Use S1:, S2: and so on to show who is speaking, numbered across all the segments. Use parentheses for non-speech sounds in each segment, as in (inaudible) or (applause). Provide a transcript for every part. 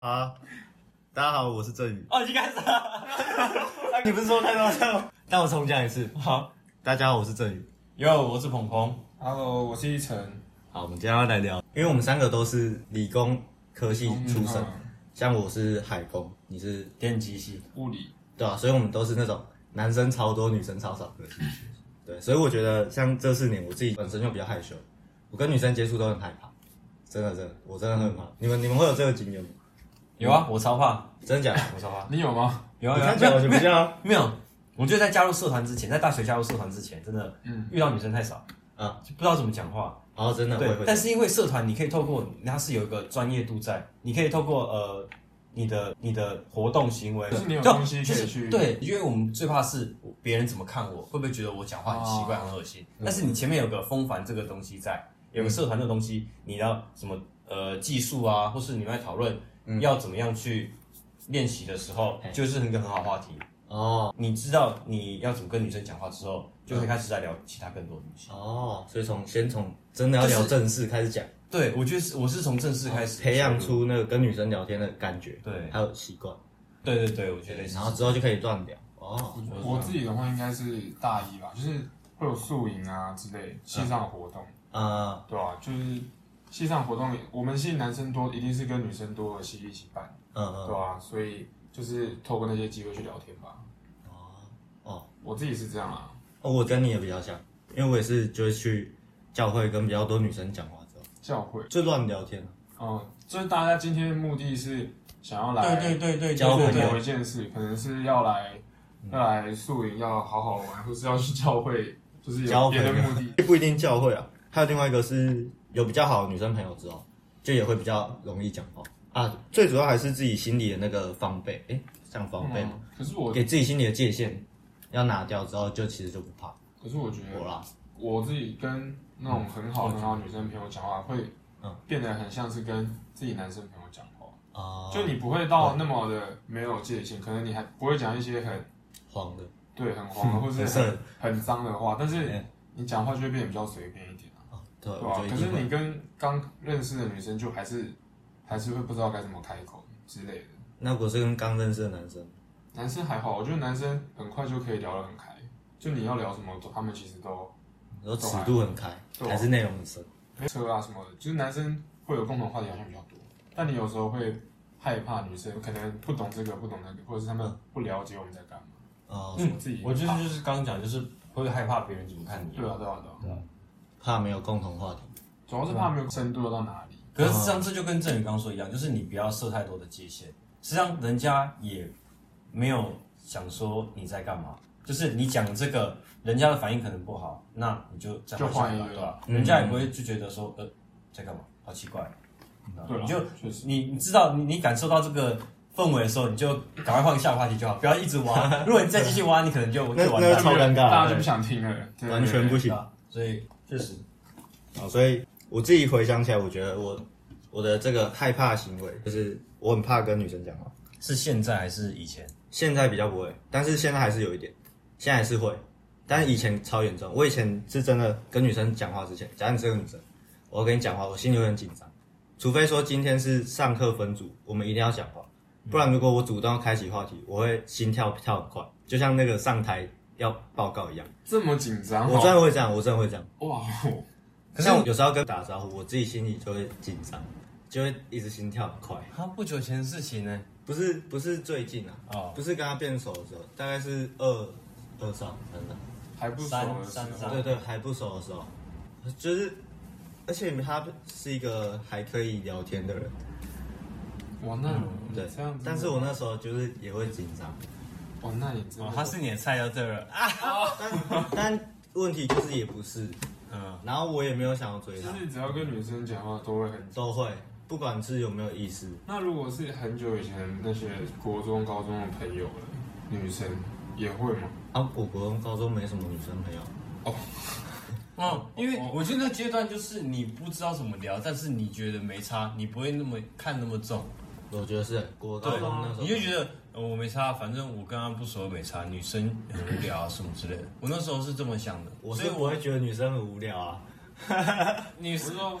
S1: 啊大家好，我是郑宇。
S2: 哦，已经开始了。 (laughs) 啊
S1: 你不是说太高尚？ (laughs) 但我重讲一次。
S2: 好，
S1: 大家好，我是郑宇。
S2: 哟，我是鹏鹏。
S3: Hello，我是一晨。
S1: 好，我们今天要来聊，因为我们三个都是理工科系出身，
S2: 哦
S3: 嗯
S1: 像我是海工，你是
S2: 电机系，
S3: 物理
S1: 对啊，所以我们都是那种男生超多，女生超少的。对，所以我觉得像这四年，我自己本身就比较害羞，我跟女生接触都很害怕，真的真的，我真的很怕。你们你们会有这个经验吗？
S2: 有啊，我超怕，
S1: 真的假嗯的？我超怕。
S3: 你有吗？
S2: 有啊
S1: 你
S2: 有啊
S1: 看起来
S2: 没
S1: 我
S2: 有
S1: 就不像啊
S2: 没有，我觉得在加入社团之前，在大学加入社团之前，真的，
S3: 嗯
S2: 遇到女生太少，
S1: 啊，
S2: 就不知道怎么讲话。
S1: 哦，真的会
S2: 对
S1: 会，。
S2: 但是因为社团，你可以透过它是有一个专业度在，你可以透过呃你的你的活动行为，
S3: 就是你有
S2: 对
S3: 东西可以
S2: 就是
S3: 去
S2: 对，因为我们最怕是别人怎么看我，会不会觉得我讲话很奇怪、
S3: 哦
S2: 很恶心？
S1: 嗯
S2: 但是你前面有个风帆这个东西在，有个社团这个东西，你要什么呃技术啊，或是你们在讨论要怎么样去练习的时
S1: 嗯
S2: 候，
S1: 嘿
S2: 就是一个很好话题。
S1: 哦嗯
S2: 你知道你要怎么跟女生讲话之后，就会开始在聊其他更多的东西。
S1: 哦，所以从先从真的要聊正事开始讲。
S2: 对，我觉得是我是从正式开始
S1: 哦培养出那个跟女生聊天的感觉，
S2: 对
S1: 还有习惯，
S2: 对对对，我觉得是
S1: 然。后之后就可以乱聊。哦，
S3: 我自己的话应该是大一吧，就是会有宿营啊之类系上的活动，
S1: 呃，
S3: 对啊，就是系上活动里，我们系男生多，一定是跟女生多的系一起办，
S1: 嗯嗯，
S3: 对啊，所以就是透过那些机会去聊天吧。
S1: 哦
S3: 我自己是这样啊，
S1: 哦，我跟你也比较像，因为我也是就是去教会跟比较多女生讲话之后，
S3: 教会，
S1: 就乱聊天
S3: 嗯，就是大家今天的目的是想要来
S2: 对对对对，
S1: 交朋友啊
S2: 对对
S3: 某一件事，可能是要来要来宿营，要好好玩，或是要去教会，就是
S1: 交
S3: 有
S1: 朋
S3: 别的
S1: 友
S3: 目的。，
S1: 不一定教会啊。还有另外一个是有比较好的女生朋友之后，就也会比较容易讲话啊。最主要还是自己心里的那个防备，诶，像防备嘛，
S3: 嗯可是我，
S1: 给自己心里的界限要拿掉之后，就其实就不怕
S3: 可是我觉
S1: 我
S3: 得
S1: 啦。
S3: 我自己跟那种很好很好的女生朋友讲话，会
S1: 嗯
S3: 变得很像是跟自己男生朋友讲话，
S1: 啊、
S3: 就你不会到那么的没有界限，可能你还不会讲一些很
S1: 黄的，
S3: 对很黄的或是
S1: 嗯很色
S3: 很很脏的话，但是
S1: 嗯
S3: 你讲话就会变得比较随便一点啊，
S1: 哦对，
S3: 对
S1: 我
S3: 吧
S1: 觉得？一
S3: 可
S1: 定
S3: 是
S1: 会
S3: 你跟刚认识的女生就还是还是会不知道该怎么开口之类的。
S1: 那我是跟刚认识的男生，
S3: 男生还好，我觉得男生很快就可以聊得很开，就你要聊什么，他们其实都
S1: 然后尺度很开，
S3: 对啊
S1: 还是内容很深。
S3: 车啊什么的，就是男生会有共同话题好像比较多，但你有时候会害怕女生可能不懂这个不懂那个，或者是他们不了解我们在干嘛。
S1: 哦，
S2: 嗯
S3: 我自己，
S2: 我觉得就是刚刚讲，就是会害怕别人怎么看你。
S3: 对啊对啊对啊，
S1: 怕没有共同话题。
S3: 主要是怕没有深度到哪里。
S2: 可是上次就跟郑宇刚刚说一样，就是你不要设太多的界限。实际上，人家也没有想说你在干嘛，就是你讲这个，人家的反应可能不好，那你就再
S3: 就换
S2: 一
S3: 一个
S2: 对啊吧？
S1: 嗯
S2: 人家也不会就觉得说，呃，在干嘛？好奇怪。
S3: 对
S2: 你
S3: 啊
S2: 就
S3: 确实
S2: 你你知道你你感受到这个氛围的时候，你就赶快换下个话题就好，不要一直
S1: (laughs)
S2: 挖。如果你再继续挖，你可能就
S1: 那
S2: 就完
S1: 那
S2: 蛋
S1: 超
S2: 了
S1: 尴尬的
S3: 大家就不想听了，对
S1: 完全不。行
S2: 对啊所以确实，
S1: 啊！所以我自己回想起来，我觉得我我的这个害怕行为，就是我很怕跟女生讲话。
S2: 是现在还是以前？
S1: 现在比较不会，但是现在还是有一点，现在还是会，但是以前超严重。我以前是真的跟女生讲话之前，假如你是个女生，我要跟你讲话，我心里会很紧张，除非说今天是上课分组，我们一定要讲话，不然如果我主动要开启话题，我会心跳跳很快，就像那个上台要报告一样。
S3: 这么紧张哦，
S1: 我真的会这样，我真的会这样。
S3: 哇哦，
S2: 可是
S1: 像我有时候跟打招呼，我自己心里就会紧张，就会一直心跳很快。
S2: 他啊不久前的事情呢？
S1: 不是不是最近啊，
S2: 哦
S1: 不是跟他变熟的时候，大概是二二上真的。
S3: 还不熟的时
S2: 三三
S3: 候
S2: 三，
S1: 对对，还不熟的时候，就是，而且他是一个还可以聊天的人，
S3: 哇，那你
S1: 对
S3: 嗯这样子，，
S1: 但是我那时候就是也会紧张，
S3: (laughs) 哇，那你真
S2: 哦
S3: 的，
S2: 他是你的菜到这了啊！
S1: 但但问题就是也不是，
S2: 嗯，
S1: 然后我也没有想要追
S3: 就
S1: 他，
S3: 是只要跟女生讲话都会很
S1: 都会，不管是有没有意思，
S3: 那如果是很久以前那些国中、高中的朋友了，女生也会吗？
S1: 啊，我国中、高中没什么女生朋友，
S2: 哦，因为我觉得那阶段就是你不知道怎么聊，但是你觉得没差，你不会那么看那么重，哦
S1: 我觉得是国高中那时候，
S3: 啊
S2: 你就觉得、呃我没差，反正我跟他不熟没差，女生很无聊啊什么之类的。我那时候是这么想的，
S1: 我
S2: 所以
S1: 是不
S2: 我
S1: 会觉得女生很无聊啊，
S2: 女
S3: 我是说，
S2: 哦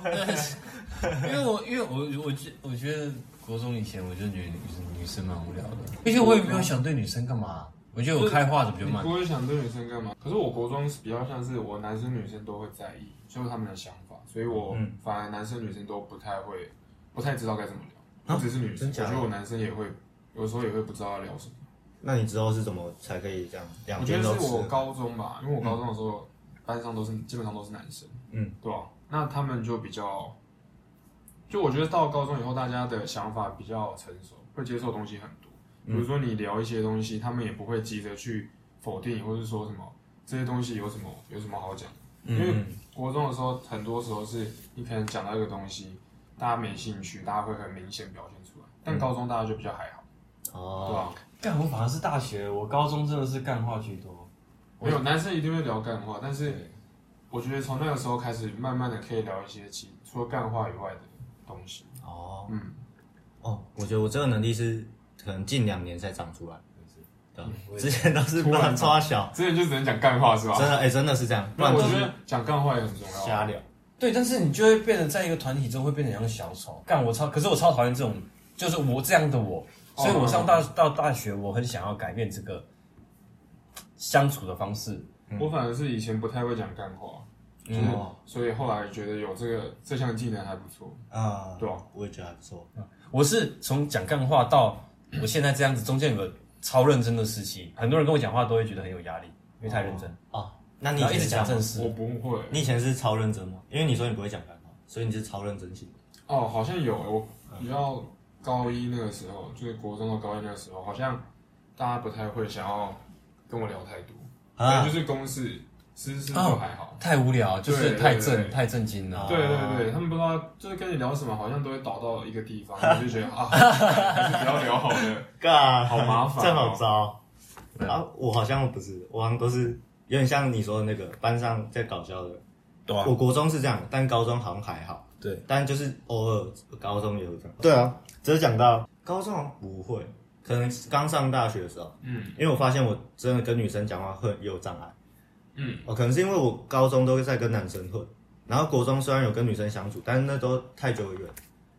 S2: 因为我因为我我觉我觉得国中以前我就觉得女生女生蛮无聊的，而且我也没有想对女生干嘛，我觉得我开化的比较
S3: 你
S2: 慢
S3: 不。会想对女生干嘛？可是我国中是比较像是我男生女生都会在意，就是他们的想法，所以我
S1: 嗯
S3: 反而男生女生都不太会，不太知道该怎么聊。
S1: 啊
S3: 不只是女生，
S1: 真假
S3: 我
S1: 的
S3: 觉得我男生也会，有时候也会不知道要聊什么。
S1: 那你之后是怎么才可以这样两
S3: 我觉
S1: 边
S3: 得
S1: 都
S3: 是我
S1: 吃？
S3: 高中吧，因为我高中的时候、班上都是基本上都是男生，
S1: 嗯，
S3: 对吧、那他们就比较，就我觉得到高中以后，大家的想法比较成熟，会接受东西很多。比
S1: 嗯
S3: 如说你聊一些东西，他们也不会急着去否定，或是说什么这些东西有什么有什么好讲。因为
S1: 嗯
S3: 国中的时候，很多时候是你可能讲到一个东西，大家没兴趣，大家会很明显表现出来。但高中大家就比较还好，对
S1: 嗯哦，
S3: 吧、
S2: 干我反而是大学，我高中真的是干话居多。
S3: 没有男生一定会聊干话，但是
S2: 对
S3: 我觉得从那个时候开始，慢慢的可以聊一些其除了干话以外的东西。
S1: 哦
S3: 嗯，
S1: 哦，我觉得我这个能力是可能近两年才长出来，对吧
S2: 嗯我
S1: (laughs)
S2: 也
S1: 之前都是
S3: 突然
S1: 乱抓小，
S3: 之前就只能讲干话是吧
S1: 真？的哎、真的是这样，不
S3: 那
S1: 然
S3: 我
S1: 就
S3: 觉
S1: 是
S3: 得讲干话也很重要。
S1: 瞎聊。
S2: 对，但是你就会变得在一个团体中会变得像小丑。干我超，可是我超讨厌这种，就是我这样的我。所以我上大、到大学，我很想要改变这个相处的方式。
S1: 嗯
S3: 我反而是以前不太会讲干话，就是、
S2: 嗯
S1: 哦
S3: 所以后来觉得有这个这项技能还不错。
S1: 啊，
S3: 对啊
S1: 我也觉得还不错。
S2: 我是从讲干话到我现在这样子，中间有个超认真的时期，很多人跟我讲话都会觉得很有压力，因为太认真，
S1: 哦，那你以
S2: 然后
S1: 前
S2: 一直讲
S1: 这样
S2: 正
S1: 吗
S2: 事
S3: 我。不会
S1: 你以前是超认真吗？因为你说你不会讲干话，所以你是超认真型的。
S3: 哦，好像有我比较高一那个时候，就是国中的高一那个时候，好像大家不太会想要跟我聊太多，可能
S1: 啊
S3: 就是公事私事就还好。
S2: 太无聊，就是
S3: 对
S2: 太
S3: 对
S2: 正
S3: 对
S2: 太震惊了。
S3: 对对对，他们不知道就是跟你聊什么，好像都会导到一个
S2: (laughs)
S3: 地方，我就觉得啊， (laughs) 还是不要聊好了。
S1: God，
S3: 好麻烦哦啊
S1: 这好糟。
S2: 对
S1: 然后我好像不是，我好像都是有点像你说的那个班上在搞笑的。
S2: 对啊
S1: 我国中是这样，但高中好像还好。
S2: 对，
S1: 但就是偶尔高中也有这样。对啊，只是讲到高中好像不会，可能刚上大学的时候，
S3: 嗯
S1: 因为我发现我真的跟女生讲话会有障碍。
S3: 嗯，
S1: 哦，可能是因为我高中都是在跟男生混，然后国中虽然有跟女生相处，但是那都太久远，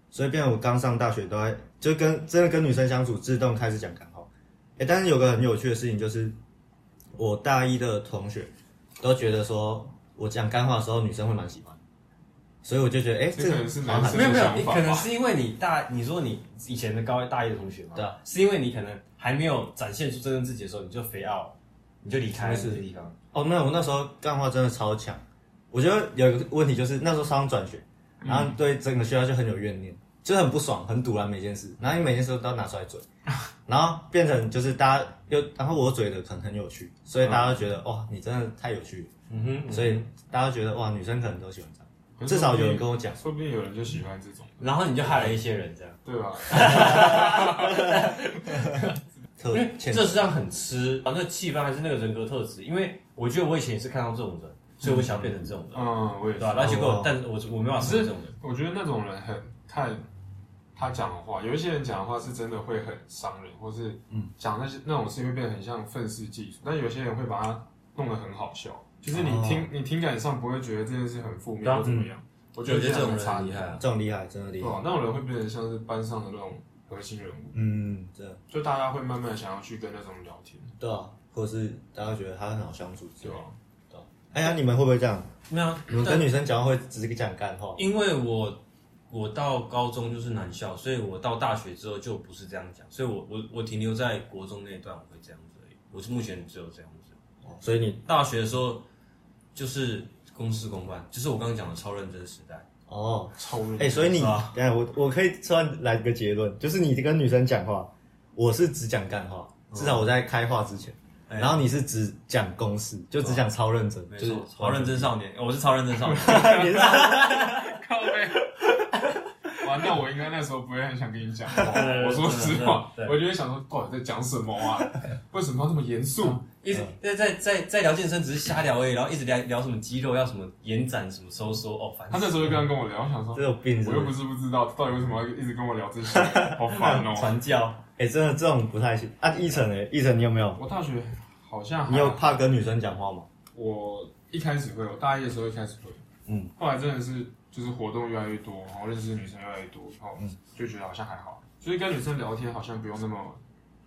S1: 所以变成我刚上大学都在就跟真的跟女生相处，自动开始讲干话。哎，但是有个很有趣的事情就是，我大一的同学都觉得说我讲干话的时候，女生会蛮喜欢，所以我就觉得哎，
S3: 这
S1: 个
S3: 可能是
S1: 蛮
S3: 男生
S2: 没有没有
S3: 这，个
S2: 你
S3: 想法
S2: 可能是因为你大，你说你以前的高一大一的同学嘛，
S1: 对啊，
S2: 是因为你可能还没有展现出真正自己的时候，你就肥傲，你就离开了
S1: 是
S2: 这个地方。
S1: 哦，没有，我那时候干话真的超强。我觉得有一个问题就是那时候刚转学，然后对整个学校就很有怨念，就是很不爽，很堵然每件事，然后你每件事都要拿出来嘴，然后变成就是大家又，然后我嘴的可能很有趣，所以大家都觉得哇、你真的太有趣
S2: 嗯哼
S1: 了，所以大家都觉得哇，女生可能都喜欢这样，
S3: 可是
S1: 至
S3: 说
S1: 少
S3: 不定
S1: 有人跟我讲，
S3: 说不定有人就喜欢这种，
S2: 然后你就害了一些人，这样，
S3: 对吧？
S1: 特
S2: 因为
S1: 欠
S2: 这实际上很吃啊，那气氛还是那个人格特质。因为我觉得我以前也是看到这种人，所以我想要变成这种人，
S3: 嗯，我也
S2: 对啊
S3: 是。
S2: 吧？然后结果
S1: 哦，
S2: 但是我我没办法成为这种人，
S3: 我觉得那种人很看他讲的话，有一些人讲的话是真的会很伤人，或是
S2: 嗯
S3: 讲那些那种事情会变得很像愤世嫉俗，但有些人会把它弄得很好笑，就是你听、你听感上不会觉得这件事很负
S2: 哦对
S3: 面
S2: 啊
S3: 或怎么样。我觉得
S2: 这种
S3: 很
S2: 人
S3: 差
S2: 很厉
S3: 别
S2: 害。啊。
S1: 这种厉害，真的厉
S3: 对
S1: 害，
S3: 吧？那种人会变成像是班上的那种核心人物，
S1: 嗯，真的
S3: 就大家会慢慢想要去跟那种人聊天，
S1: 对啊，或者是大家觉得他很好相处，
S3: 对吧？
S1: 哎呀，你们会不会这样？
S2: 没有啊，
S1: 你们跟女生讲话会只讲干话？
S2: 因为我我到高中就是男校，所以我到大学之后就不是这样讲，所以我我我停留在国中那一段，我会这样子而已。我是目前只有这样子。
S1: 哦所以你
S2: 大学的时候就是公事公办，就是我刚刚讲的超认真时代。
S1: 哦，
S3: 超人。
S1: 哎、所以你
S2: 是吧
S1: 等一下我我可以突然来个结论，就是你跟女生讲话，我是只讲干话，至少我在开话之前，
S2: 哦哎
S1: 然后你是只讲公式，就只讲超认真，
S2: 没
S1: 就是哎
S2: 错，超认真少年，我是超认真少年。
S1: 你
S2: (laughs)
S1: 是超
S3: 靠背。哇，那我应该那时候不会很想跟你讲话。我说实话，
S2: 对对对
S3: 我就会想说，到底在讲什
S1: (laughs)
S3: 么啊？为什么要这么严肃？
S1: 嗯
S2: 一直在在在在聊健身，只是瞎聊而已，然后一直聊聊什么肌肉要什么延展什么收缩哦，反
S3: 他
S2: 正
S3: 那时候就这样跟我聊，我想说
S1: 这，种病是
S3: 我又不
S1: 不是？
S3: 是不知道，到底为什么要一直跟我聊
S1: (laughs)
S3: 这些，好烦哦。
S2: 传教。
S1: 哎、真的这种不太行啊。一晨哎，一晨你有没有？
S3: 我大学好像还
S1: 你有怕跟女生讲话吗？
S3: 我一开始会，我大一的时候一开始会，
S2: 嗯，
S3: 后来真的是就是活动越来越多，然后认识的女生越来越多，然后
S1: 嗯
S3: 就觉得好像还好，就是跟女生聊天好像不用那么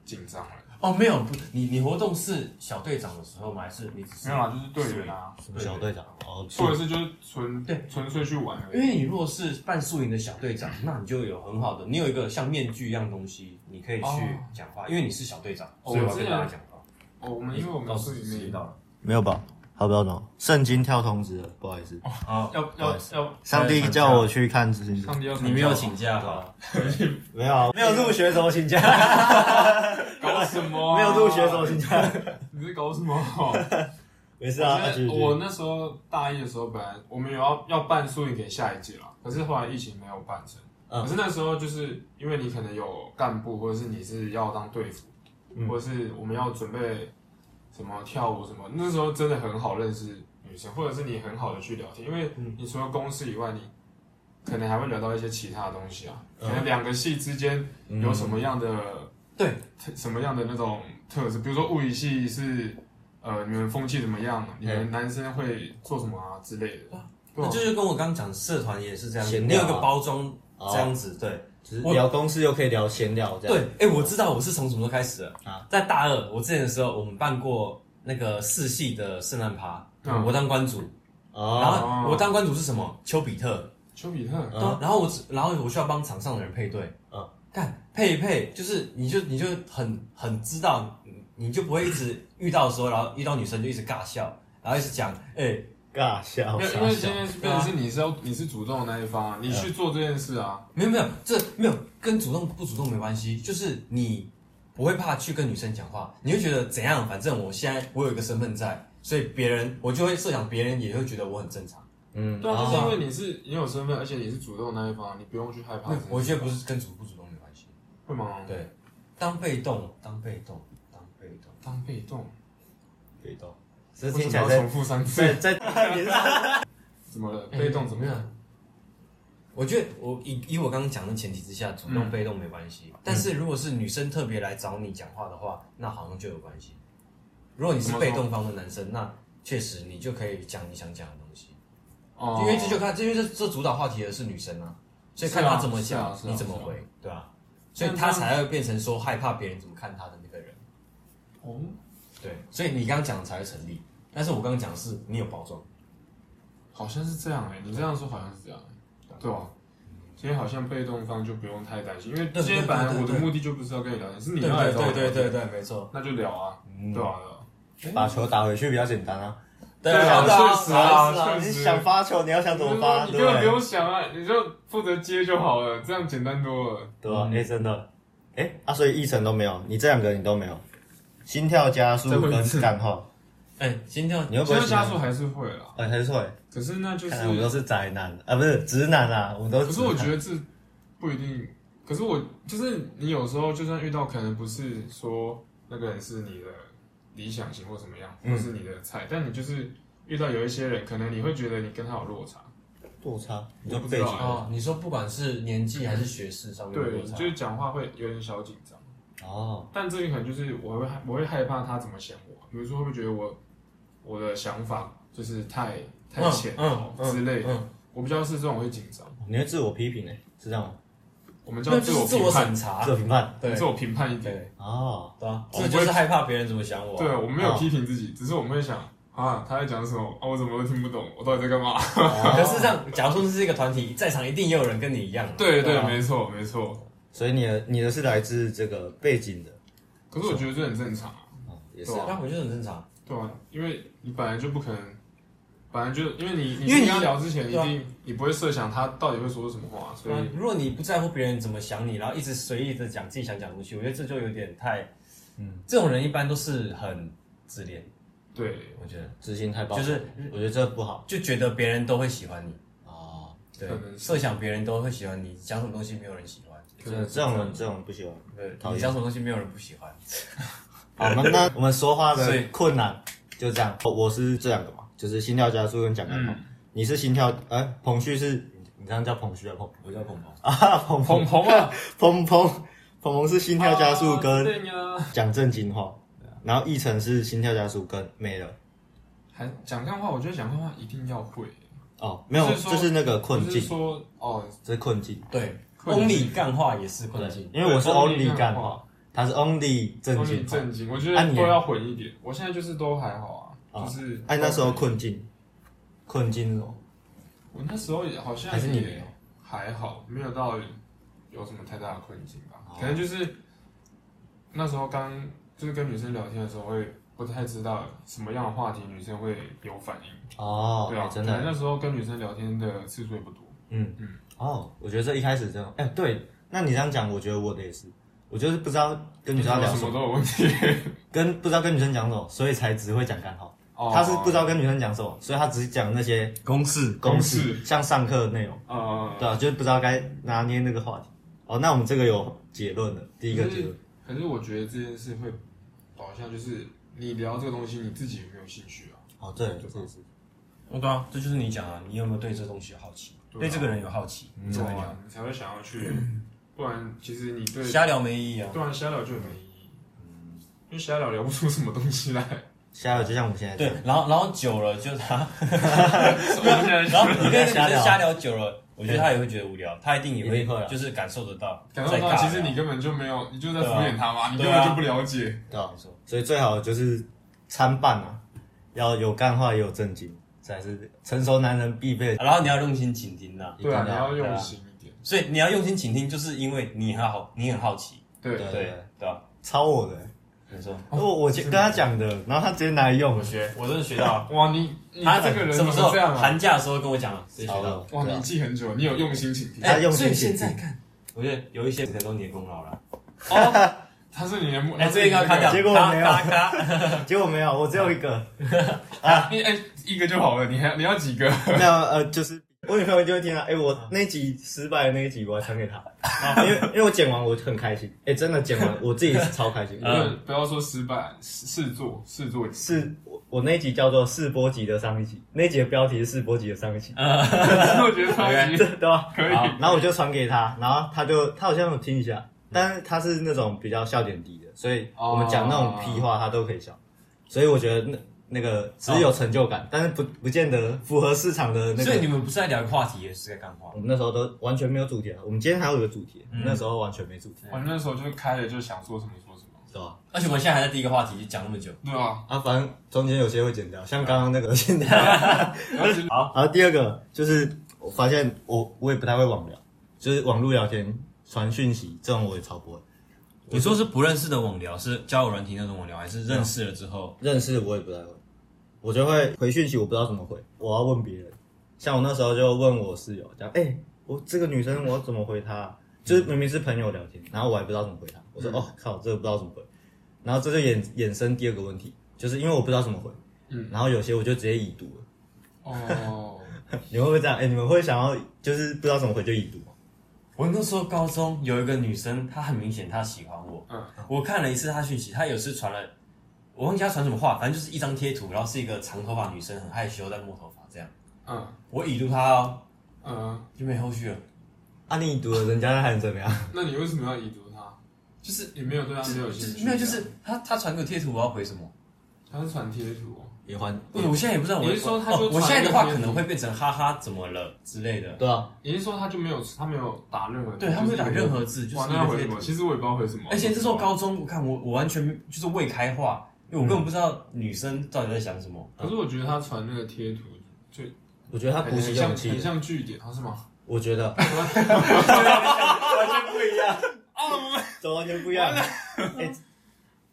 S3: 紧张了。
S2: 哦，没有，不，你你活动是小队长的时候吗？还是你只是
S3: 没有啦，就是队员啊，
S1: 什么小队长哦，
S3: 或者是就是纯
S2: 对
S3: 纯粹去玩而
S2: 因
S3: 已。
S2: 为你如果是半宿营的小队长，那你就有很好的，你有一个像面具一样的东西，你可以去
S3: 哦
S2: 讲话，因为你是小队长，
S3: 哦
S2: 所以我
S3: 我
S2: 要跟
S3: 知
S2: 大
S3: 道
S2: 家讲话。
S3: 哦，我们因为我们
S2: 告诉
S3: 是
S2: 你
S3: 里面
S2: 到了，
S1: 没有吧？好，不要动，圣经跳通知了，不好意思，
S2: 好，
S3: 要
S1: 不好
S3: 要
S1: 意思
S3: 要，
S1: 上帝叫我去看圣经，
S3: 上帝要
S2: 你没有请假哈？
S1: 没有，啊没有入学什么请假，
S3: 搞什
S2: 哦
S3: 么？啊
S1: 没有入学什么请假，
S3: 你在搞什么？啊
S1: 没事
S3: 我
S1: 啊，
S3: 觉
S1: 啊继续
S3: 得
S1: 继续
S3: 我那时候大一的时候，本来我们有要要办宿营给下一届啦，可是后来疫情没有办成。
S1: 嗯
S3: 可是那时候就是因为你可能有干部，或者是你是要当队服，
S1: 嗯
S3: 或者是我们要准备什么跳舞什么，那时候真的很好认识女生，或者是你很好的去聊天，因为
S1: 嗯
S3: 你除了公事以外，你可能还会聊到一些其他的东西啊，
S1: 嗯
S3: 可能两个系之间
S1: 嗯
S3: 有什么样的、
S2: 对
S3: 特什么样的那种特质，比如说物理系是呃你们风气怎么样，你们男生会做什么啊之类的，对
S2: 那
S3: 啊
S2: 就是跟我刚刚讲的社团也是这样子，
S1: 闲
S2: 你有
S1: 聊啊
S2: 一个包装
S1: 哦
S2: 这样子，对
S1: 只是聊公司又可以聊闲聊这样，
S2: 对，哎，我知道我是从什么时候开始的
S1: 啊
S2: 在大二我之前的时候，我们办过那个四系的圣诞趴，
S3: 嗯
S2: 我当关主，然
S1: 哦，
S2: 后我当关主是什么？丘比特，
S3: 丘比特，
S2: 对啊、然后我只，然后我需要帮场上的人配对，
S1: 嗯
S2: 嗯，干配一配，就是你就你就很很知道，你你就不会一直遇到的时候，然后遇到女生就一直尬笑，然后一直讲，哎、
S1: 尬笑
S3: 因为
S1: 傻
S3: 因为
S1: 笑
S3: 今，天变成是你是要你是主动的那一方啊啊，你去做这件事啊，
S2: 没有没有，这没有跟主动不主动没关系，就是你不会怕去跟女生讲话，你会觉得怎样，反正我现在我有一个身份在，所以别人我就会设想别人也会觉得我很正常。
S1: 嗯，
S3: 对啊，
S1: 哦
S3: 就是因为你是你有身份，而且你是主动的那一方，你不用去害怕
S2: 没有
S3: 这件事。
S2: 我觉得不是跟主不主动没关系，
S3: 会吗？
S2: 对，当被动，当被动，当被动。
S3: 当被动，
S1: 被动，
S3: 为
S1: 这
S3: 什
S1: 听
S3: 么
S1: 起来
S3: 要
S1: 在
S3: 重复三次
S1: 在，在你是
S3: 怎么了？被动怎么样？
S2: 我觉得我以以我刚刚讲的前提之下，主动
S3: 嗯
S2: 被动没关系。但是如果是女生特别来找你讲话的话，那好像就有关系。如果你是
S3: 怎么
S2: 被
S3: 说
S2: 动方的男生，那确实你就可以讲你想讲的东西，
S3: 哦
S2: 因为这就看，这因为这这主导话题的是女生啊，所以看
S3: 是啊
S2: 她怎么
S3: 是啊
S2: 讲，
S3: 是啊
S2: 你怎么
S3: 是啊
S2: 回，对啊，所
S3: 这
S2: 以
S3: 样
S2: 她
S3: 这样
S2: 才会变成说害怕别人怎么看她的那个人。
S3: 哦，
S2: 对，所以你刚刚讲的才会成立。但是我刚刚讲的是你有包装，
S3: 好像是这样哎，你这样说好像是这样欸，对吧？所以好像被动方就不用太担心，因为
S2: 对
S3: 今天
S2: 对
S3: 本来
S2: 对
S3: 我的
S2: 对
S3: 目的就不是要跟你聊天，是
S2: 对
S3: 你要来
S2: 对
S3: 找我
S2: 对对
S3: 聊
S2: 对
S3: 天，
S2: 对，没错。
S3: 那就聊啊，
S1: 嗯
S3: 对吧？
S1: (laughs) 把球打回去比较简单啊，
S2: 对
S3: 对
S2: 啊，
S3: 啊
S2: 对啊
S3: 确实啊
S2: 是
S3: 确
S1: 你
S3: 实
S1: 想发球，你要想怎么发，
S3: 你
S1: 对
S3: 根本不
S1: 对？
S3: 用想啊，你就负责接就好了，这样简单多了。
S1: 对吧？哎，真的，哎，啊，所以一成都没有，你这两个你都没有，心跳加速
S3: 再问一
S1: 跟
S3: 次
S1: 干话，
S2: 哎，心跳
S1: 你会不
S3: 其
S1: 会
S3: 实
S1: 心跳
S3: 加速？还是会啦，
S1: 哎，还是会，
S3: 可是那就是
S1: 看来我们都是宅男啊，不是直男啊，我们
S2: 呃
S1: 都
S3: 可是我觉
S1: 得，
S3: 得这不一定。可是我就是你有时候就算遇到，可能不是说那个人是你的理想型或怎么样，
S1: 嗯
S3: 或是你的菜，但你就是遇到有一些人，可能你会觉得你跟他有落差，
S1: 落差，你
S3: 我
S1: 说
S3: 不
S1: 背
S3: 知道
S1: 景
S3: 啊
S2: 哦，你说不管是年纪还是学识上面的
S3: 对，
S2: 落
S3: 你
S2: 差，
S3: 就是讲话会有点小紧张。
S1: 哦，
S3: 但这个可能就是我会害我会害怕他怎么想我，比如说会不会觉得我我的想法就是太太浅薄之类的，
S2: 嗯，
S3: 我比较是这种会紧张，
S1: 你会自我批评呢？欸是这样吗？
S3: 我们叫
S2: 那
S3: 自
S2: 就是自
S3: 评
S2: 我审
S3: 判，
S2: 查
S1: 自，我评判，
S2: 对
S3: 自我评判一点。
S2: 对
S1: 哦，
S2: 对啊，
S3: 我
S2: 这
S3: 不
S2: 就
S3: 会
S2: 是害怕别人怎么想我啊。
S3: 对，我没有
S1: 哦
S3: 批评自己，只是我们会想啊，他在讲什么啊，我怎么都听不懂，我到底在干嘛？
S2: 可是这样，假如说这是一个团体，在场一定也有人跟你一样啊。
S3: 对
S1: 对
S3: 对，
S1: 啊
S3: 没错没错。
S1: 所以你的你的是来自这个背景的，
S3: 可是我觉得这很正常啊，
S1: 哦，也是
S3: 对啊
S2: 那我觉得很正常。
S3: 对啊，因为你本来就不可能，本来就因为你
S2: 因为
S3: 你
S2: 你
S3: 跟他聊之前，一
S2: 对啊
S3: 定你不会设想他到底会说什么话，所
S2: 对啊
S3: 以，
S2: 如果你不在乎别人怎么想你，然后一直随意的讲自己想讲的东西，我觉得这就有点太，嗯，这种人一般都是很自恋，
S3: 对，
S2: 我觉得
S1: 自信太爆，
S2: 就是
S1: 我觉得这不好
S2: 就觉得别人都会喜欢你，
S1: 哦，
S2: 对
S3: 可能，是
S2: 设想别人都会喜欢你，讲什么东西没有人喜欢。
S1: 真的这种人这种人不喜欢。
S2: 对，
S1: 讨厌
S2: 你讲什么东西没有人不喜欢。
S1: 好，那那我们说话
S2: 所
S1: 的
S2: 以
S1: 困难就这样，我我是这两个嘛，就是心跳加速跟讲干话。你是心跳，哎、彭旭是，你这样叫彭旭啊，彭
S2: 我叫鹏鹏，
S1: 啊，彭
S3: 捧
S1: 彭
S3: 捧 (laughs) 啊，
S1: 彭彭彭彭是心跳加速
S3: 啊
S1: 跟
S3: 对呀，
S1: 讲正经话，然后奕晨是心跳加速跟没了。
S3: 还讲干话，我觉得讲干话一定要会，
S1: 哦，没有，
S3: 是说
S1: 这是那个困
S3: 不是
S1: 境，
S3: 说哦，
S1: 这是困境，
S2: 对
S3: 困境
S2: ，only 干话也是困境。
S1: 因为我是
S3: 对
S1: only
S3: 干
S1: 干话，他是 only 正经
S3: only
S1: 话。
S3: 正经，我觉
S1: 啊
S3: 得
S1: 你
S3: 都要混一点。我现在就是都还好啊，
S1: 啊
S3: 就是
S1: 哎，那时候困境，困境是什么？
S3: 我那时候也好像
S1: 还是你没
S3: 也
S1: 有
S3: 还好，没有到有什么太大的困境吧。
S1: 哦
S3: 可能就是那时候刚就是跟女生聊天的时候，会不太知道什么样的话题女生会有反应。
S1: 哦，
S3: 对啊，
S1: 哎真
S3: 可能
S1: 的，
S3: 那时候跟女生聊天的次数也不多。
S1: 嗯
S3: 嗯
S1: 嗯，哦，我觉得这一开始真的，哎，对，那你这样讲，我觉得我的也是，我就是不知道跟女生要聊
S3: 什
S1: 什
S3: 么
S1: 么，
S3: 都有问题。
S1: 跟不知道跟女生讲什么，所以才只会讲干话。
S3: 哦
S1: (laughs) 他是不知道跟女生讲什么，所以他只讲那些
S2: 公式
S1: 公
S3: 公
S1: 式，像上课的内容，
S3: 呃，
S1: 对啊，就是不知道该拿捏那个话题。哦，那我们这个有结论了，第一个
S3: 可
S1: 结
S3: 是
S1: 论，
S3: 可是我觉得这件事会导向就是你聊这个东西，你自己有没有兴趣啊？
S1: 哦，对，这也是，
S2: 哦，对啊，这就是你讲啊，你有没有对这东西有好奇？
S3: 对啊
S2: 对这个人有好奇，
S1: 嗯
S2: 你才会
S3: 对
S2: 聊
S3: 啊，你才会想
S1: (laughs)
S3: 要去，不然其实你对
S2: 瞎聊没意义啊。
S3: 对啊，瞎聊就很没意义，嗯因为瞎聊聊不出什么东西来。
S1: 下一个就像我们现在这
S2: 对
S1: 样，，
S2: 然后然后久了就他，
S3: 我们现在
S2: 然后你跟一个
S1: 瞎
S2: 女
S1: 聊
S2: 生瞎聊久了，我觉得他也会觉得无聊，他一定也
S1: 一定会
S2: 会
S1: 啊
S2: 就是感受得到，
S3: 感受到，
S2: 在尬
S3: 其
S2: 聊
S3: 实你根本就没有，你就在敷衍他嘛，你
S2: 对
S3: 根
S2: 啊
S3: 本就不了解。
S1: 对啊
S2: 没错，
S1: 所以最好就是参半啊，要有干话也有正经，这才是成熟男人必备的。
S2: 然后你要用心倾听呐、
S3: 对啊，
S1: 一
S3: 你
S1: 定
S3: 要
S2: 对啊
S3: 用心一点。
S2: 所以你要用心倾听，就是因为你很好，你很好奇，
S3: 对，
S1: 对
S2: 对对吧？
S1: 抄我的、欸，
S2: 没错，
S1: 我我跟他讲的，然后他直接拿来用
S2: 我，学，我真的学到了。
S3: 哇，你你
S2: 啊他
S3: 这个人
S2: 什
S3: 怎
S2: 么时候
S3: 这样啊？
S2: 寒假的时候跟我讲了，直接学
S1: 抄
S2: 到了。
S1: 了，
S3: 哇，
S1: 对
S3: 你
S1: 啊
S3: 记很久，你有用心倾听。
S1: 他用
S2: 所以
S1: 心
S2: 现
S1: 倾
S2: 在
S1: 听，
S2: 看，我觉得有一些可能都你的功劳了。
S3: 他是你的目，
S2: 哎、
S3: 他是
S2: 这
S3: 你
S2: 个要
S3: 那
S2: 卡掉，
S1: 结果
S2: 咔
S1: 没有
S2: 咔 (laughs) 咔。
S1: 结果没有，我只有一个，
S3: 你 (laughs) 哎一个就好了，你还你要几个？
S1: 没有呃，就是我女朋友就会听到，哎、我那集失败的那一集，我还传给她，因为因为我剪完我很开心，哎、真的剪完我自己是超
S3: (laughs)
S1: 开心，因为
S2: 嗯
S3: 不要说失败，试试做试做
S1: 是我我那一集叫做试播集的上一集，那一集的标题是试播集的上一集，
S3: (laughs) 我觉得超级
S1: (laughs) 对啊吧？
S3: 可以。
S2: 好
S1: (laughs) 然后我就传给他，然后他就他好像有听一下，但是他是那种比较笑点低的，所以我们讲那种屁话他都可以笑，所以我觉得那那个只是有成就感，但是不不见得符合市场的那
S2: 哦所以
S1: 个
S2: 你。们不是在聊话题，也是在干话
S1: 我。们那时候都完全没有主题啊，我们今天还有一个主题，
S2: 嗯
S1: 那时候完全没主题，
S3: 我那时候就是开了就想说什么说什么，
S1: 是吧？
S2: 而且我们现在还在第一个话题讲那么久。
S3: 对啊，
S1: 啊，反正中间有些会剪掉，
S2: 嗯
S1: 像刚刚那个剪
S2: (laughs)
S1: 掉。
S3: 然后就
S1: 好，然后第二个就是我发现我我也不太会网聊，就是网络聊天、传讯息这种我也超不会。
S2: 你说是不认识的网聊，是交友软体那种网聊，还是认识了之后？
S1: 认识我也不太会，我就会回讯息，我不知道怎么回，我要问别人。像我那时候就问我室友，讲，哎、我这个女生我要怎么回她、就是明明是朋友聊天，然后我还不知道怎么回她。我
S3: 嗯
S1: 说，哦，靠，这个不知道怎么回。然后这就衍衍生第二个问题，就是因为我不知道怎么回，
S3: 嗯
S1: 然后有些我就直接已读了。 (laughs) 你们会不
S3: 哦，
S1: 会这样？哎、你们会想要就是不知道怎么回就已读吗？
S2: 嗯我那时候高中有一个女生，她很明显她喜欢我。
S3: 嗯
S2: 我看了一次她讯息，她有次传了，我忘记她传什么话，反正就是一张贴图，然后是一个长头发女生，很害羞在摸头发这样。
S3: 嗯
S2: 我已读她哦，
S3: 嗯，
S2: 就没后续了。
S1: 啊，你已读了，人家还能怎么样？
S3: 那你为什么要已读他？
S2: 就是
S3: 你没有对他
S2: 就
S3: 没有兴
S2: 是
S3: 趣？
S2: 没有，就是她她传个贴图，我要回什么？
S3: 他是传贴图哦，
S1: 也还
S2: 不，我现在也不知道我
S3: 你是说她就
S2: 哦
S3: 传
S2: 我现在的话
S3: 一个贴
S2: 可
S3: 图
S2: 能会变成哈哈怎么了之类的。
S1: 对啊，
S3: 你是说他就没有他没有打任何字，
S2: 对，他没有打任何
S3: 字，
S2: 字，就是
S3: 哇，
S2: 一
S3: 那要
S2: 个
S3: 回
S2: 贴
S3: 什
S2: 图
S3: 么？。其实我也不知道回什么，哦
S2: 而且这时候哎高中，我看我我完全就是未开化，因为我根本不知道女生到底在想什么。
S3: 可是我觉得他传那个贴图就
S1: 我觉得他鼓起
S3: 很像
S1: 勇气
S3: 很，像据点，啊他是吗？
S1: 我觉 (laughs) 得完全不一样啊，怎么完全不一样？欸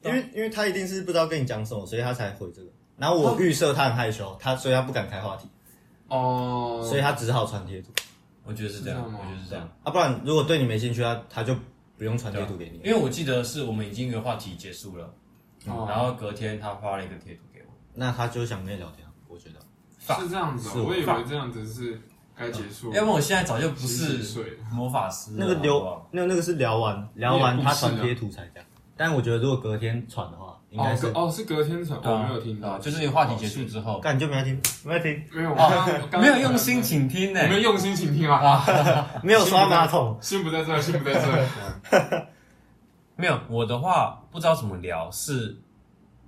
S1: 因为因为他一定是不知道跟你讲什么，所以他才回这个。然后我预设他很害羞，他所以他不敢开话题，
S3: 哦，
S1: 所以他只好传贴图
S2: 我觉得是这样，
S3: 是这样吗
S2: 我觉得是这样。
S1: 啊，不然如果对你没兴趣，他他就不用传贴图给你。
S2: 因为我记得是我们已经一个话题结束了，
S3: 哦
S2: 然后隔天他发了一个贴图给我，
S1: 那他就想跟你聊天，啊我觉得。
S3: 是这样子
S1: 是
S3: 哦，
S1: 我
S3: 我以为这样子是该结束了，
S2: 嗯要不然我现在早就不
S3: 十几
S2: 是
S3: 岁了
S2: 魔法师了
S1: 那个
S2: 好不好
S1: 聊，那那个是聊完聊完
S3: 你也不
S1: 他
S3: 是啊
S1: 传贴图才这样。但我觉得如果隔天传的话，应该是
S3: 哦隔哦是隔天传，
S2: 对
S3: 我
S2: 啊
S3: 没有听到，哦
S2: 就是你话题结束之后，
S1: 干你就没在听，没在听，
S3: 没有我刚刚我
S2: 哦
S3: 刚
S2: 没有用心欸倾听呢
S3: 我，们用心倾听啊！
S1: 没有刷马
S3: (laughs)
S1: 桶。
S3: 心不在这，心不在这。
S2: 没有我的话不知道怎么聊，是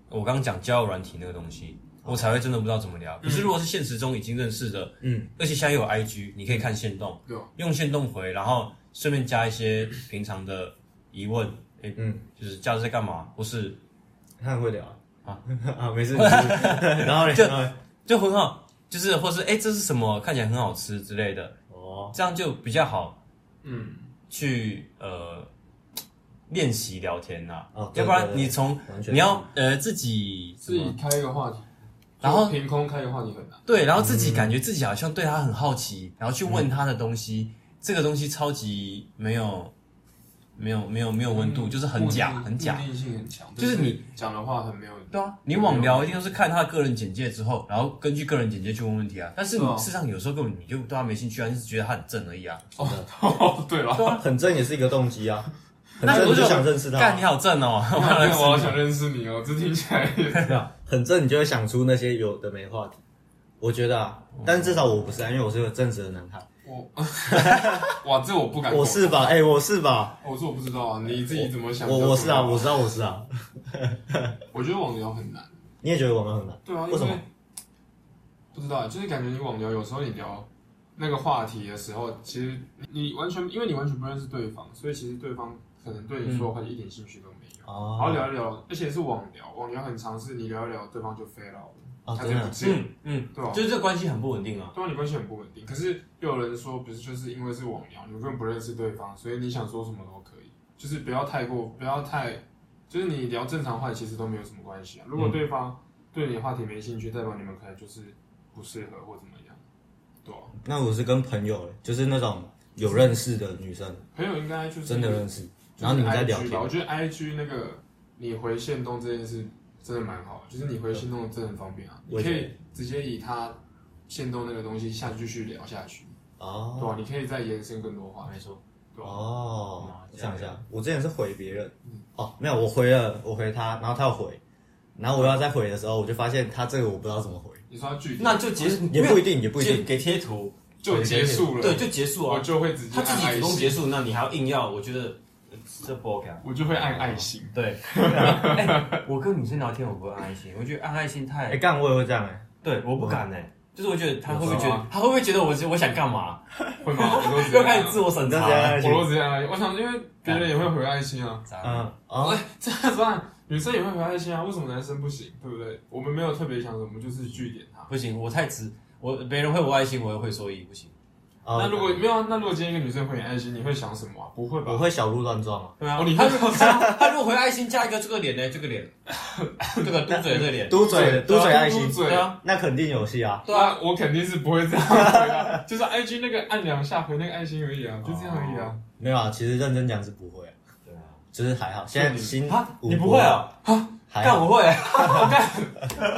S2: 我刚刚讲交友软体那个东西，
S1: 哦
S2: 我才会真的不知道怎么聊。可是如果是现实中已经认识的，
S1: 嗯，
S2: 而且现在又有 IG，你可以看线动，
S3: 对啊
S2: 用线动回，然后顺便加一些平常的疑问，诶、
S1: 嗯
S2: 就是假日在干嘛，或是
S1: 他很会聊啊。
S2: 啊
S1: (laughs) 啊，没事，没事 (laughs) 然后呢
S2: 就
S1: 然后呢？
S2: 就很好，就是或是诶、这是什么，看起来很好吃之类的，
S1: 哦，
S2: 这样就比较好
S3: 嗯，
S2: (laughs) 去呃练习聊天啦、
S1: 哦对
S2: 要不然
S1: 对对
S2: 你从
S1: 完全
S2: 你要呃自己
S3: 自己开一个话题，
S2: 然后
S3: 就凭空开一个话题很难。
S2: 对，然后自己感觉自己好像对他很好奇，然后去问他的东西，这个东西超级没有没有没有没有温度，
S3: 嗯
S2: 就是很假
S3: 目的
S2: 很假
S3: 目。的性很强，
S2: 就是你
S3: 讲的话很没有。 (laughs)
S2: 对啊，你网聊一定都是看他的个人简介之后，然后根据个人简介去问问题啊。但是你
S3: 对啊
S2: 事实上有时候根本你就对他没兴趣啊，你只是觉得他很正而已啊。
S3: 哦，对
S1: (laughs)
S3: 了，
S1: 很正也是一个动机啊，很
S2: (laughs) 那
S1: 正
S2: 我
S1: 你
S2: 就
S1: 就想认识他
S2: 干，
S1: (laughs) 啊，
S2: 你好正哦，
S3: 我
S2: (laughs) 我要认识
S3: 好
S2: 你
S3: 想认识你哦，这听起来也 (laughs)
S1: 对啊很正你就会想出那些有的没话题。我觉得啊，
S3: 哦
S1: 但是至少我不是啊，因为我是个正直的男孩，
S3: 我哇，这我不敢。
S1: 我是吧？哎，我是吧？
S3: 我说我不知道啊，你自己怎么想？
S1: 我我是啊，我
S3: 我
S1: 知道我是啊。
S3: 我觉得网聊很难。
S1: 你也觉得我们很难？
S3: 对啊，因
S1: 为什么？
S3: 不知道，就是感觉你网聊有时候你聊那个话题的时候，其实你完全因为你完全不认识对方，所以其实对方可能对你说的话题一点兴趣都没有。然后
S1: 哦，
S3: 聊一聊，而且是网聊，网聊很常是你聊一聊，对方就飞了，
S1: 哦，
S3: 他
S1: 真
S3: 就不
S1: 的，
S3: 见了。
S2: 嗯嗯，
S3: 对啊
S2: 就是这关系很不稳定啊。
S3: 对啊，你关系很不稳定。可是又有人说，不是就是因为是网聊，你根本不认识对方，所以你想说什么都可以，就是不要太过，不要太，就是你聊正常话题其实都没有什么关系啊。如果对
S1: 嗯
S3: 方对你的话题没兴趣，代表你们可能就是不适合或怎么样，对啊。
S1: 那我是跟朋友，就是那种有认识的女生，
S3: 朋友应该就是
S1: 真的认识，
S3: 就是
S1: 然后你们在聊
S3: IG 吧
S1: 天
S3: 我，觉得 IG 那个你回线动这件事真的蛮好的，就是你回线动真的很方便啊，
S1: 我
S3: 你
S1: 也
S3: 可
S1: 觉得
S3: 以直接以它线动那个东西下去继续聊下去，对啊
S1: 哦
S3: 吧、你可以再延伸更多话题，
S2: 没错，
S3: 对吧、
S1: 哦
S2: 嗯，
S1: 我想一下，我之前是回别人，哦，没有，我回了，我回他，然后他要回，然后我要再回的时候，我就发现他这个我不知道怎么回，
S3: 你说它具体
S2: 那就结束，
S1: 也不一定，也不一
S2: 就
S1: 定，
S2: 给贴图，
S3: 就结束了，
S2: 对，就结束
S3: 我
S2: 啊。
S3: 就会直接
S2: 他
S3: 按
S2: 自己
S3: 爱
S2: 主动结
S3: 心，
S2: 束，那你还要硬要，我觉得呃这不 OK 啊。
S3: 我就会按爱心，
S2: 对， (laughs) 哎，我跟女生聊天我不会按爱心，我觉得按爱心
S1: 哎，
S2: 太……
S1: 干我也会这样哎，
S2: 对，我不敢哎、就是我觉得她会不会觉
S3: 有时候
S2: 得
S3: 啊
S2: 她会不会觉得我我想干嘛？
S3: 会吗？
S2: (laughs)
S3: 我都直接
S2: 又开
S3: 按
S2: 始自我审
S1: 你
S2: 查
S1: 这样
S2: 了。
S1: 爱
S3: 我
S1: 情，
S3: 都直接按爱心，我想因为别人也会回爱
S2: (laughs)
S3: 心啊，
S2: 渣男
S1: 嗯，哦，
S3: 这样子按女生也会回爱心啊，为什么男生不行？对不对？我们没有特别想什么，我们就是据点他。
S2: 不行，我太直，我别人会我爱心，我也会说一不行。
S1: 哦
S3: 那如果没有啊，那如果今天一个女生回你爱心，你会想什么啊？不会吧？
S1: 我会小鹿乱撞啊，
S2: 对啊，
S3: 哦你
S2: 他如果他如果回爱心加一个这个脸呢，这个脸，这个嘟嘴这个脸，
S1: 嘟嘴嘟嘴爱心
S3: 啊嘟，嘴
S2: 对啊，
S1: 那肯定有戏啊，
S2: 对啊，
S3: 那我肯定是不会这样回的，就是 IG 那个按两下回那个爱心而已啊，就这样而已啊。
S1: 没有啊，其实认真讲是不会啊，
S2: 对啊。
S1: 就是还好，现在新
S2: 啊，
S1: 五
S2: 你不会啊？
S1: 还
S2: 干
S1: 好，
S2: 我会，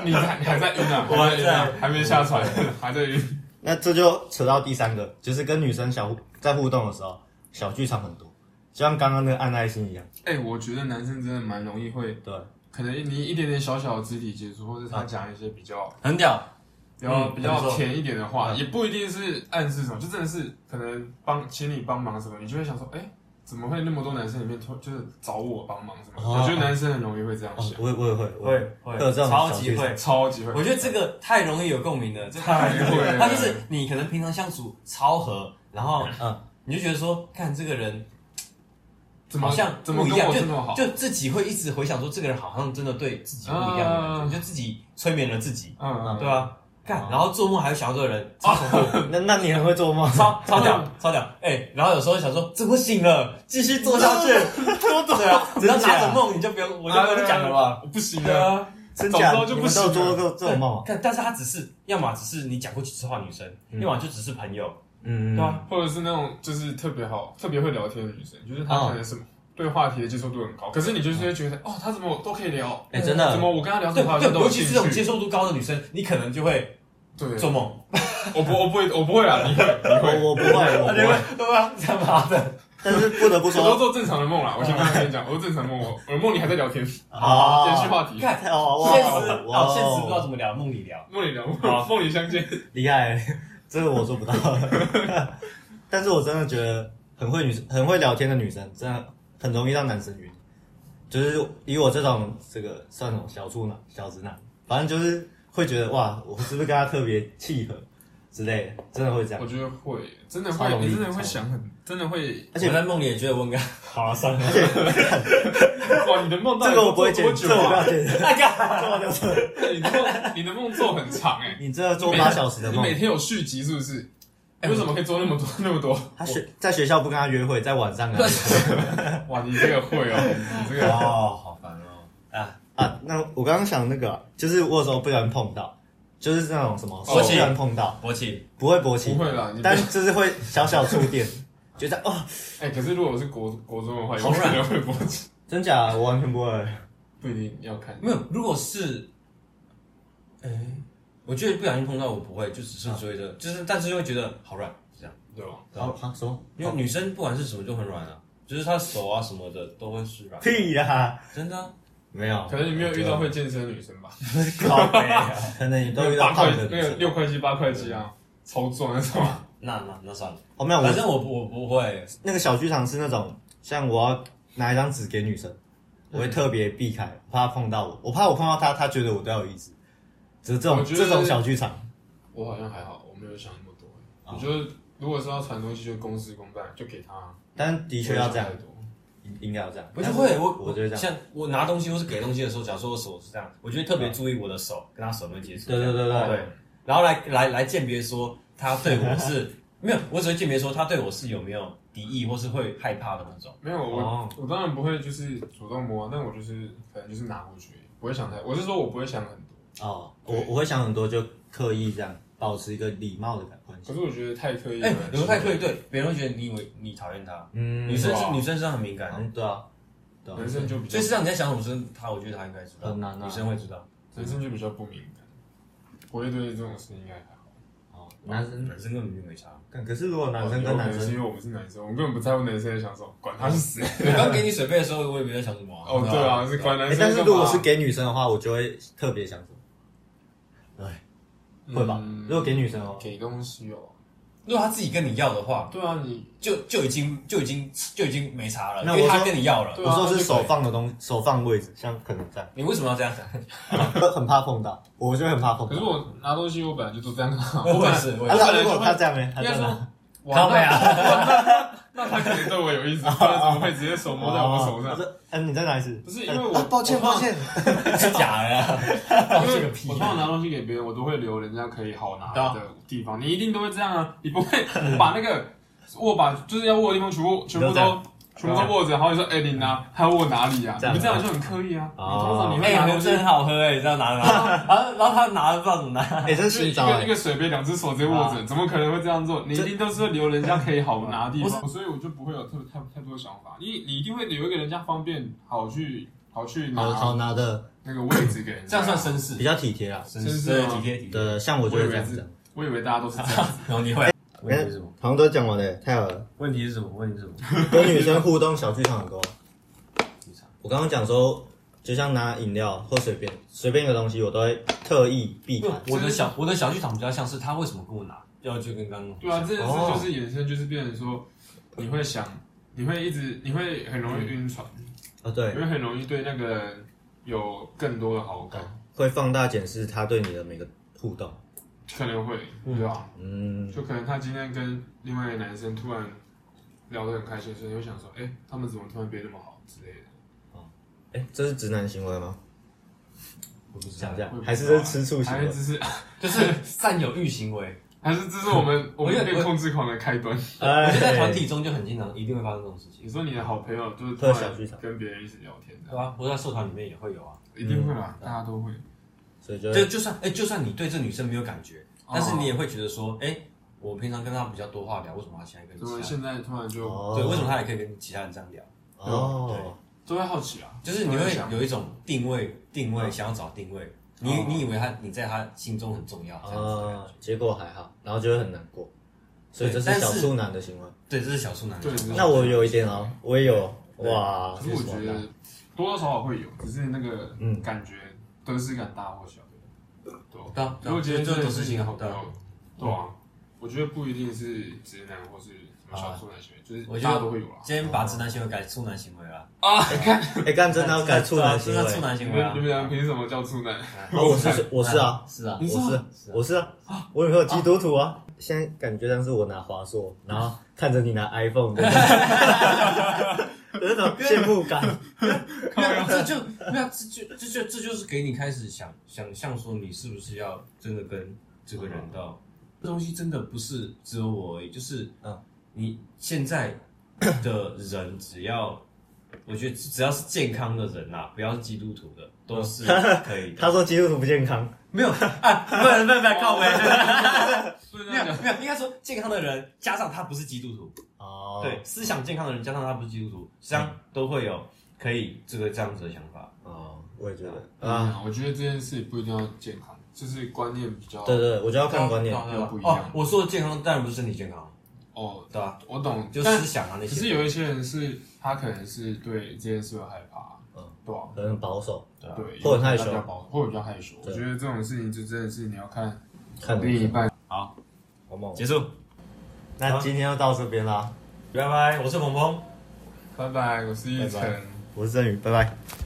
S3: 你还你还在晕啊？
S2: 我还在啊
S3: 还没下船，还在晕。
S1: 那这就扯到第三个，就是跟女生小互在互动的时候，小剧场很多，就像刚刚那个按爱心一样，
S3: 哎、我觉得男生真的蛮容易会，
S1: 对，
S3: 可能你一点点小小的肢体接触，或者他讲一些比较
S2: 很屌，
S3: 比较、
S2: 嗯
S3: 比较
S2: 没错
S3: 甜一点的话，
S1: 嗯
S3: 也不一定是暗示什么，就真的是可能帮请你帮忙什么，你就会想说，哎、怎么会那么多男生里面突就是找我帮忙什么的？
S1: 哦
S3: 我觉得男生很容易会这样
S1: 哦
S3: 想，，哎
S1: 我也我也会，我也
S2: 会
S1: 会有这种
S2: 超
S1: 小
S2: 级
S1: 剧场
S2: 会。
S3: 超级会。
S2: 我觉得这个太容易有共鸣了，这
S3: 太会了
S2: 他就是你可能平常相处超合，然后
S1: 嗯
S2: 你就觉得说，看这个人
S3: 怎么
S2: 好像
S3: 怎么
S2: 不一
S3: 跟
S2: 样，
S3: 我这么好？
S2: 就就自己会一直回想说，这个人好像真的对自己不一样的感觉，
S3: 啊
S2: 你就自己催眠了自己，
S3: 嗯嗯，
S2: 对啊吧？看，然后做梦还会想到这个人，超恐
S1: (laughs)
S2: 怖，
S1: 那那你很会做梦， (laughs)
S2: 超超屌，超屌！哎，然后有时候想说，怎么醒了，继续做下去，多对啊，只要
S1: 真
S2: 拿
S1: 假
S2: 着梦，你就不用，我就不用讲了吧？
S3: 吧？ (laughs) 不行
S2: 对
S3: 啊，
S2: 啊。
S1: 真假
S3: 早
S1: 的？
S3: 知道
S1: 你
S3: 就不
S1: 们都
S3: 行
S1: 有做
S3: 了
S1: 过这种梦啊？
S2: 看，但是他只是，要么只是你讲过几次话女生，要么就只是朋友，
S1: 嗯，
S2: 对吧？
S3: 啊或者是那种就是特别好、特别会聊天的女生，就是
S2: 嗯
S3: 她可能什么对话题的接受度很高，可是你就是会觉得哦，她怎么我都可以聊，
S1: 哎，真
S3: 怎
S1: 的，
S3: 么我跟她聊什
S2: 对
S3: 么话
S2: 对，
S3: 题都
S2: 尤
S3: 有
S2: 其
S3: 兴
S2: 是这种接
S3: 趣。
S2: 受度高的女生，你可能就会
S3: 对，
S2: 做梦，
S3: 我不我不会我不会啊，你会你会，
S1: 我我不会，我
S2: (laughs)
S1: 不
S2: 对吧
S1: 啊会，？
S2: 对啊吧？他妈的，
S1: 但是不得不
S3: 我 (laughs) 都
S1: 说
S3: 做正常的梦啦。我先跟你讲，我都正常梦，我我的梦里还在聊天，
S1: 啊，
S3: 延续话题，
S2: 看
S1: 哦，哇
S2: 现实
S1: 哇
S2: 哦，现实不知道怎么聊，梦里聊，
S3: 梦里聊，梦里相见。
S1: 厉害， (laughs) 这个我做不到。 (laughs) 但是我真的觉得很会女生、很会聊天的女生，真的很容易让男生晕。就是以我这种这个算什么小处男、小直男，反正就是会觉得哇，我是不是跟他特别契合之类的，真的会这样
S3: 我。觉得会，真的
S2: 超
S3: 会，
S2: 容易
S3: 你真的会
S2: 超
S3: 想很，真的会。
S1: 而且
S2: 我在梦里也觉得我很干，好啊，算了，
S3: 哇，你的梦到底
S1: 这个我不会
S3: 做
S1: 剪，这
S3: 多久
S1: 个我不
S3: 啊？
S1: 要剪，
S2: 那个
S1: 这我就是
S3: 你的梦，你的梦做很长哎，
S1: 你这做八小时的
S3: 你
S1: 梦
S3: 每，天有续集是不是？
S2: 哎
S3: 为什么可以做那么多 (laughs) 那么多？
S1: 他学在学校不跟他约会，在晚上啊跟他约会
S3: 哇，你这个会哦，你这个
S2: 哦，好烦哦。
S1: 啊啊！那我刚刚想那个啊，就是我有时候不小心碰到，就是那种什么手
S2: 勃
S1: 不
S2: 起
S1: 小心碰到，
S2: 勃起，
S1: 不会勃起
S3: 不，会啦，你不
S1: 但就是会小小触电，觉得哦，
S3: 哎，可是如果是国国中的话，有
S2: 好
S3: 可
S2: 软
S3: 能会勃起，
S1: 真假我完全不会。
S3: 不一定要看。
S2: 没有，如果是，哎、我觉得不小心碰到我不会，就只是觉得，就是但是又会觉得好软，是这样。
S3: 对吧？
S2: 对啊
S1: 啊什么
S2: 因为女生不管是什么就很软啊，就是她手啊什么的都会是 (laughs) 软，
S1: 屁啦，
S2: 真的、啊。
S1: 没有，
S3: 可能你没有遇到会健身的女生吧？
S1: 靠背啊，可能你都遇到
S3: 八块
S1: 胖的
S3: 那
S1: 女
S3: 个
S1: 生。
S3: 六块肌八块肌啊，超壮那种。
S2: 那那那算了，
S1: 哦，没有，
S2: 反
S1: 我
S2: 正我不我不会。
S1: 那个小剧场是那种，像我要拿一张纸给女生，
S3: 嗯
S1: 我会特别避开，怕她碰到我，我怕我碰到她，她觉得我对她有意思。只是这
S3: 我
S1: 种
S3: 觉得
S1: 这种小剧场，
S3: 我好像还好，我没有想那么多。
S1: 啊
S3: 我觉得如果是要传东西，就公事公办，就给他。
S1: 但的确要这样
S3: 不会想太，多。
S1: 应应该要这样。
S2: 我就
S1: 但是
S2: 会，我
S1: 我就会这样。
S2: 像我拿东西或是给东西的时候，假如说我手是这样，我就会特别注意我的手跟他手有没有接触。
S1: 对对对对
S2: 对，然后来来来鉴别说他对我是没有，我只会鉴别说他对我是有没有敌意或是会害怕的那种。
S3: 没有我，
S1: 哦
S3: 我当然不会就是主动摸，但我就是可能就是拿过去，不会想太。我是说我不会想很多，
S1: 哦，我我会想很多，就刻意这样保持一个礼貌的感关系。
S3: 可是我觉得太刻意了。
S2: 哎，有时候太刻意，对别人会觉得你以为你讨厌他。
S1: 嗯，
S2: 女生是
S3: 哇
S2: 女生是很敏感的，
S1: 嗯，对啊，对啊
S3: 人生就比较
S2: 所以，是让你在想什么事，他我觉得他应该知道，
S1: 很难啊
S2: 女生会知道，
S3: 人生就比较不敏感，我会对这种事应该还好。
S1: 哦，男生，
S2: 男生根本就
S1: (laughs)
S2: 没差。
S1: 干可是如果男生跟男
S3: 哦有可能是
S1: 生，
S3: 因为我们是男生，我们根本不在乎男生在想什么，管他是谁。
S2: 我刚给你水杯的时候，我也没在想什么啊。
S3: 哦，对啊，是管男
S1: 哎
S3: 生，
S1: 但是如果是给女生的话，我就会特别想什么，会吧？
S3: 嗯
S1: 如果给女生哦，
S3: 给东西哦，
S2: 如果他自己跟你要的话，
S3: 对啊，你
S2: 就就已经就已经就已经没差了，
S1: 那
S2: 因为
S1: 我
S2: 他
S1: 说
S2: 跟你要了，
S3: 对
S1: 我
S3: 啊
S1: 说
S3: 那
S1: 是
S3: 就可
S1: 手
S3: 以
S1: 放的东手放位置，像可能这样，
S2: 你为什么要这 (laughs) 样？
S1: 很怕碰到，我就会很怕碰
S3: 可是
S1: 到。
S3: 我拿东西，我本来就都这样
S1: (laughs)
S3: 拿。
S2: 我也是，我
S1: 啊
S2: 也
S3: 我
S2: 是。
S1: 那如
S3: 本来就
S1: 果
S3: 会
S1: 他这样呢？他
S3: 应
S1: 这样
S3: 该说
S1: 呢，，
S2: 靠
S3: 哇，
S2: 背
S3: 那
S2: 啊，
S3: 那他可能对我有
S1: (laughs)
S3: 意思，不然怎么会直接手摸在我手
S1: 哦
S3: 上
S1: 我？说，嗯，你在哪里吃？
S3: 不是因为我
S1: 啊抱歉
S3: 我怕
S1: 抱歉，
S2: (laughs) 是假的啊，
S3: 因
S2: 这
S3: 为
S2: 个
S3: 我
S2: 屁
S3: 通
S2: 啊！
S3: 常拿东西给别人，我都会留人家可以好拿
S2: 对啊
S3: 的地方。你一定都会这样啊，你不会把那个握把就是要握的地方全部全部
S1: 这
S3: 都
S1: 样
S3: 全部都握着，然后你说哎你拿，还要握哪里啊？
S1: 这样
S3: 你这样就很刻意啊。你
S1: 哦
S3: 通常你会
S2: 哎，
S3: 拿
S2: 你
S3: 东
S2: 们
S3: 西
S2: 真好喝哎，这样 (laughs) 拿着拿，然后然后他拿了不知道怎么拿，
S1: (laughs) 哎，这
S3: 就是
S1: 是啊
S3: 一
S1: 招
S3: 个一
S1: 哎，
S3: 个水杯，两只手直接握着，怎么可能会这样做？你一定都是留人家可以好拿的地方，所以我就不会有特别太太多的想法。你你一定会留一个人家方便，好去好去
S1: 好好
S3: 拿
S1: 拿的，
S3: 那个位置给人
S2: 这
S3: 家。
S2: 样算绅士
S1: 比，较体贴啦。
S2: 绅啊
S3: 绅士
S2: 对哎
S3: 吗
S2: 体贴体贴。
S1: 对，像我就会这样
S3: 我以为是
S1: 子，
S3: 我以为大家都是这样， (laughs)
S2: 然后你会问题是什么？
S1: 哎好像都讲完了，太好 (laughs) 了。
S2: 问题是什么？问题是什么？
S1: 跟女生互动小剧场很多。我刚刚讲说，就像拿饮料或随便随便一个东西，我都会特意避开。
S3: 嗯
S2: 我的小我的小剧场比较像是他为什么跟我拿，嗯要就跟刚刚
S3: 对啊，这件事
S1: 哦
S3: 就是衍生，就是变成说，你会想，你会一直，你会很容易晕船，
S1: 啊，对
S3: 你，会很容易对那个人有更多的好感，
S1: 会放大检视他对你的每个互动。
S3: 可能会，对啊吧、
S1: 嗯，
S3: 就可能他今天跟另外一个男生突然聊得很开心，所以你会想说，哎、他们怎么突然变那么好之类的，
S1: 哎，这是直男行为吗？
S2: 我不知道
S1: 讲这，样
S3: 会，不会
S1: 还是这是吃醋行
S3: 还
S1: 为
S3: 是？只是
S2: 就是占有欲行为。
S3: 还是这是我们我
S2: 我觉得
S3: 们被控制狂的开端。
S1: 哎
S2: 我觉得在团体中就很经常一定会发生这种事情，
S3: 你说你的好朋友就是突
S1: 特小剧
S3: 然
S1: 场嗯
S3: 跟别人一起聊天
S2: 对
S3: 的，
S2: 啊，我在社团里面也会有啊。
S3: 一定会吧？大家都会。
S2: 嗯
S1: 所以就
S2: 就
S1: 会
S2: 就算哎、就算你对这女生没有感觉，
S1: 哦
S2: 但是你也会觉得说，哎、我平常跟她比较多话聊，为什么她现在跟
S3: 怎么
S2: 其
S3: 现在突然就
S1: 哦
S2: 他对，为什么她也可以跟其他人这样聊？
S1: 哦，
S3: 都会好奇啊？
S2: 就是你
S3: 都
S2: 会
S3: 想
S2: 有一种定位，定
S1: 嗯
S2: 位想要找定位，你
S3: 哦
S2: 你以为她你在她心中很重要，这样子的感
S1: 啊
S2: 觉。，
S1: 结果还好，然后就会很难过。所以这是
S2: 对但是
S1: 小处男的行为。
S2: 对，这是小处男。
S3: 对
S1: 那我有一点哦，我也有哇。
S3: 可是我觉得多多少少会有，只是那个
S1: 嗯
S3: 感觉得失感大或小。对啊，
S2: 对啊，
S3: 如果
S2: 觉
S3: 今
S2: 得
S3: 天
S2: 这
S3: 真
S2: 种
S3: 的
S2: 事
S3: 是啊
S2: 情
S3: 你好
S2: 好
S3: 朋
S2: 大
S3: 友，对啊，我觉得不一定是直男或是什么小处男行为，就是
S2: 我觉
S3: 大
S2: 得
S3: 家都会有啊啦。
S2: 今天把直男行为改处男行为了，
S1: 哎，干真的要改处男行
S2: 真的处
S1: 为？
S2: 男
S3: 你
S2: 行为
S3: 们
S2: 啊
S3: 你！们俩凭什么叫处男？ (laughs)
S1: 哦我是我是啊，
S2: 是啊
S1: 我，
S3: 你是吗
S1: 是我是啊，我女朋友基督徒啊。现在感觉像是我拿华硕，然后看着你
S2: (laughs)
S1: 拿 iPhone 的，有那种羡慕感。
S2: 没有，这就没有，这就这就这就是给你开始想想象说你是不是要真的跟这个人到，这东西真的不是只有我而已，就是
S1: 嗯，
S2: 你现在的人只要。我觉得只要是健康的人啦、不要是基督徒的，都是可以的。
S1: 他说基督徒不健康，
S2: 没有啊， (laughs) 不能不能不能靠背，
S3: 所以
S2: 没有
S3: 那
S2: (laughs)
S3: 讲，
S2: 没有，应该说健康的人加上他不是基督徒，
S1: 哦，
S2: 对，，思想健康的人加上他不是基督徒，实际上都会有可以这个这样子的想法。
S1: 哦，我也觉得啊，
S3: 嗯，我觉得这件事不一定要健康，就是观念比较
S1: 对对，对我就要看观念。
S3: 对啊不一样
S2: 哦，我说的健康当然不是身体健康，
S3: 哦，
S2: 对吧？
S3: 我懂，
S2: 就
S3: 但
S2: 思想啊那
S3: 可
S2: 些。
S3: 是有一些人是他可能是对这件事有害怕，
S1: 嗯
S3: 对吧？
S1: 可能保守，
S2: 对啊
S3: 对，
S1: 或者害羞
S3: 比较保或者比较害羞。我
S1: 对
S3: 觉得这种事情就真的是你要看
S1: 看
S3: 另一
S1: 你
S3: 半。
S2: 好，
S1: 好梦。
S2: 结束，
S1: 那今天就到这边啦，
S2: 拜拜，我是鹏鹏。
S3: 拜拜，我是一
S1: 拜
S3: 晨
S1: 拜。我是振宇，拜拜。